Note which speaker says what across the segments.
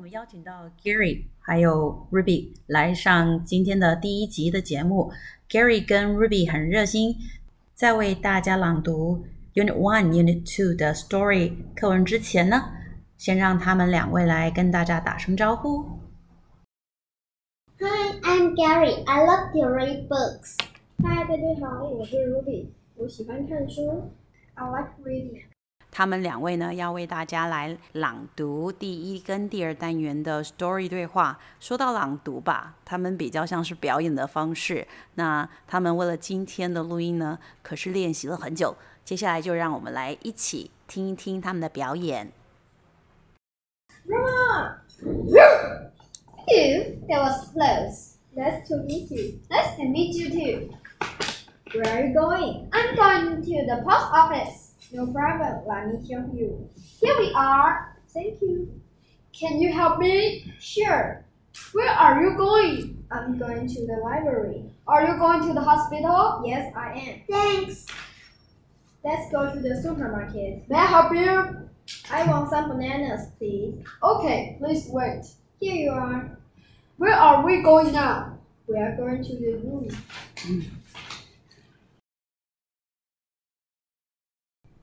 Speaker 1: 们邀请到 Gary 还有 Ruby 来上今天的第一集的节目。Gary 跟 Ruby 很热心，在为大家朗读 Unit One、Unit Two 的 Story 课文之前呢，先让他们两位来跟大家打声招呼。
Speaker 2: Hi, I'm Gary. I love to read books.
Speaker 3: 嗨，大家好，我是 Ruby，我喜欢看书。I like reading.
Speaker 1: 他们两位呢要为大家来朗读第一跟第二单元的 story 对话。说到朗读吧，他们比较像是表演的方式。那他们为了今天的录音呢，可是练习了很久。接下来就让我们来一起听一听他们的表演。
Speaker 2: Phew, that was close.
Speaker 3: Nice to meet you.
Speaker 2: Nice to meet you too.
Speaker 3: Where are you going?
Speaker 2: I'm going to the post office.
Speaker 3: No problem. Let me help you.
Speaker 2: Here we are.
Speaker 3: Thank you.
Speaker 2: Can you help me? Sure. Where are you going?
Speaker 3: I'm going to the library.
Speaker 2: Are you going to the hospital?
Speaker 3: Yes, I am.
Speaker 2: Thanks.
Speaker 3: Let's go to the supermarket.
Speaker 2: May I help you?
Speaker 3: I want some bananas, please.
Speaker 2: Okay, please wait.
Speaker 3: Here you are.
Speaker 2: Where are we going now?
Speaker 3: We are going to the room.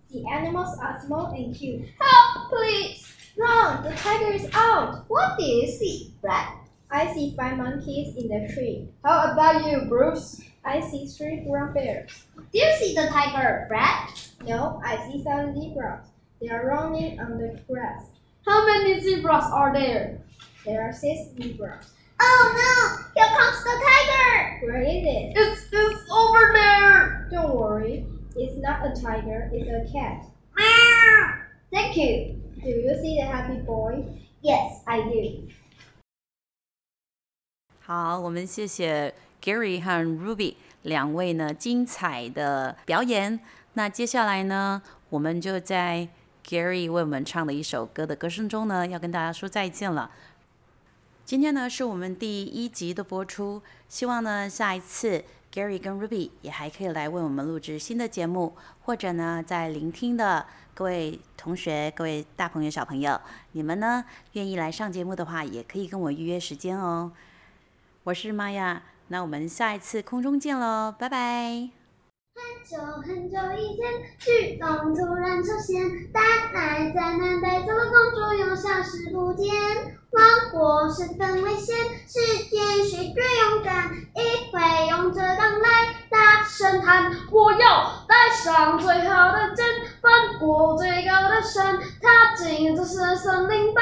Speaker 3: The animals are small and cute.
Speaker 2: Help, please.
Speaker 3: Run! The tiger is out.
Speaker 2: What do you see, Brad?
Speaker 3: I see five monkeys in the tree.
Speaker 2: How about you, Bruce?
Speaker 3: I see three brown bears.
Speaker 2: Do you see the tiger, Brad?
Speaker 3: No, I see seven zebras. They are running on the grass.
Speaker 2: How many zebras are there?
Speaker 3: There are six zebras.
Speaker 2: Oh no! Here comes the tiger!
Speaker 3: Where is it?
Speaker 2: It's it's over there!
Speaker 3: Don't worry, it's not a tiger, it's a cat.
Speaker 2: Meow. Thank you.
Speaker 3: Do you see the happy boy?
Speaker 2: Yes, I do.
Speaker 1: 好，我们谢谢 Gary 和 Ruby 两位呢精彩的表演。那接下来呢，我们就在 Gary 为我们唱的一首歌的歌声中呢，要跟大家说再见了。今天呢是我们第一集的播出，希望呢下一次 Gary 跟 Ruby 也还可以来为我们录制新的节目，或者呢在聆听的各位同学、各位大朋友、小朋友，你们呢愿意来上节目的话，也可以跟我预约时间哦。我是玛雅，那我们下一次空中见喽，拜拜。
Speaker 4: 很久很久以前，巨龙突然出现，大奶在南北走了，公主又消失不见。王国十分危险，世间谁最勇敢？一回勇者刚来，大声喊：我要带上最好的剑，翻过最高的山，踏进这是森林吧。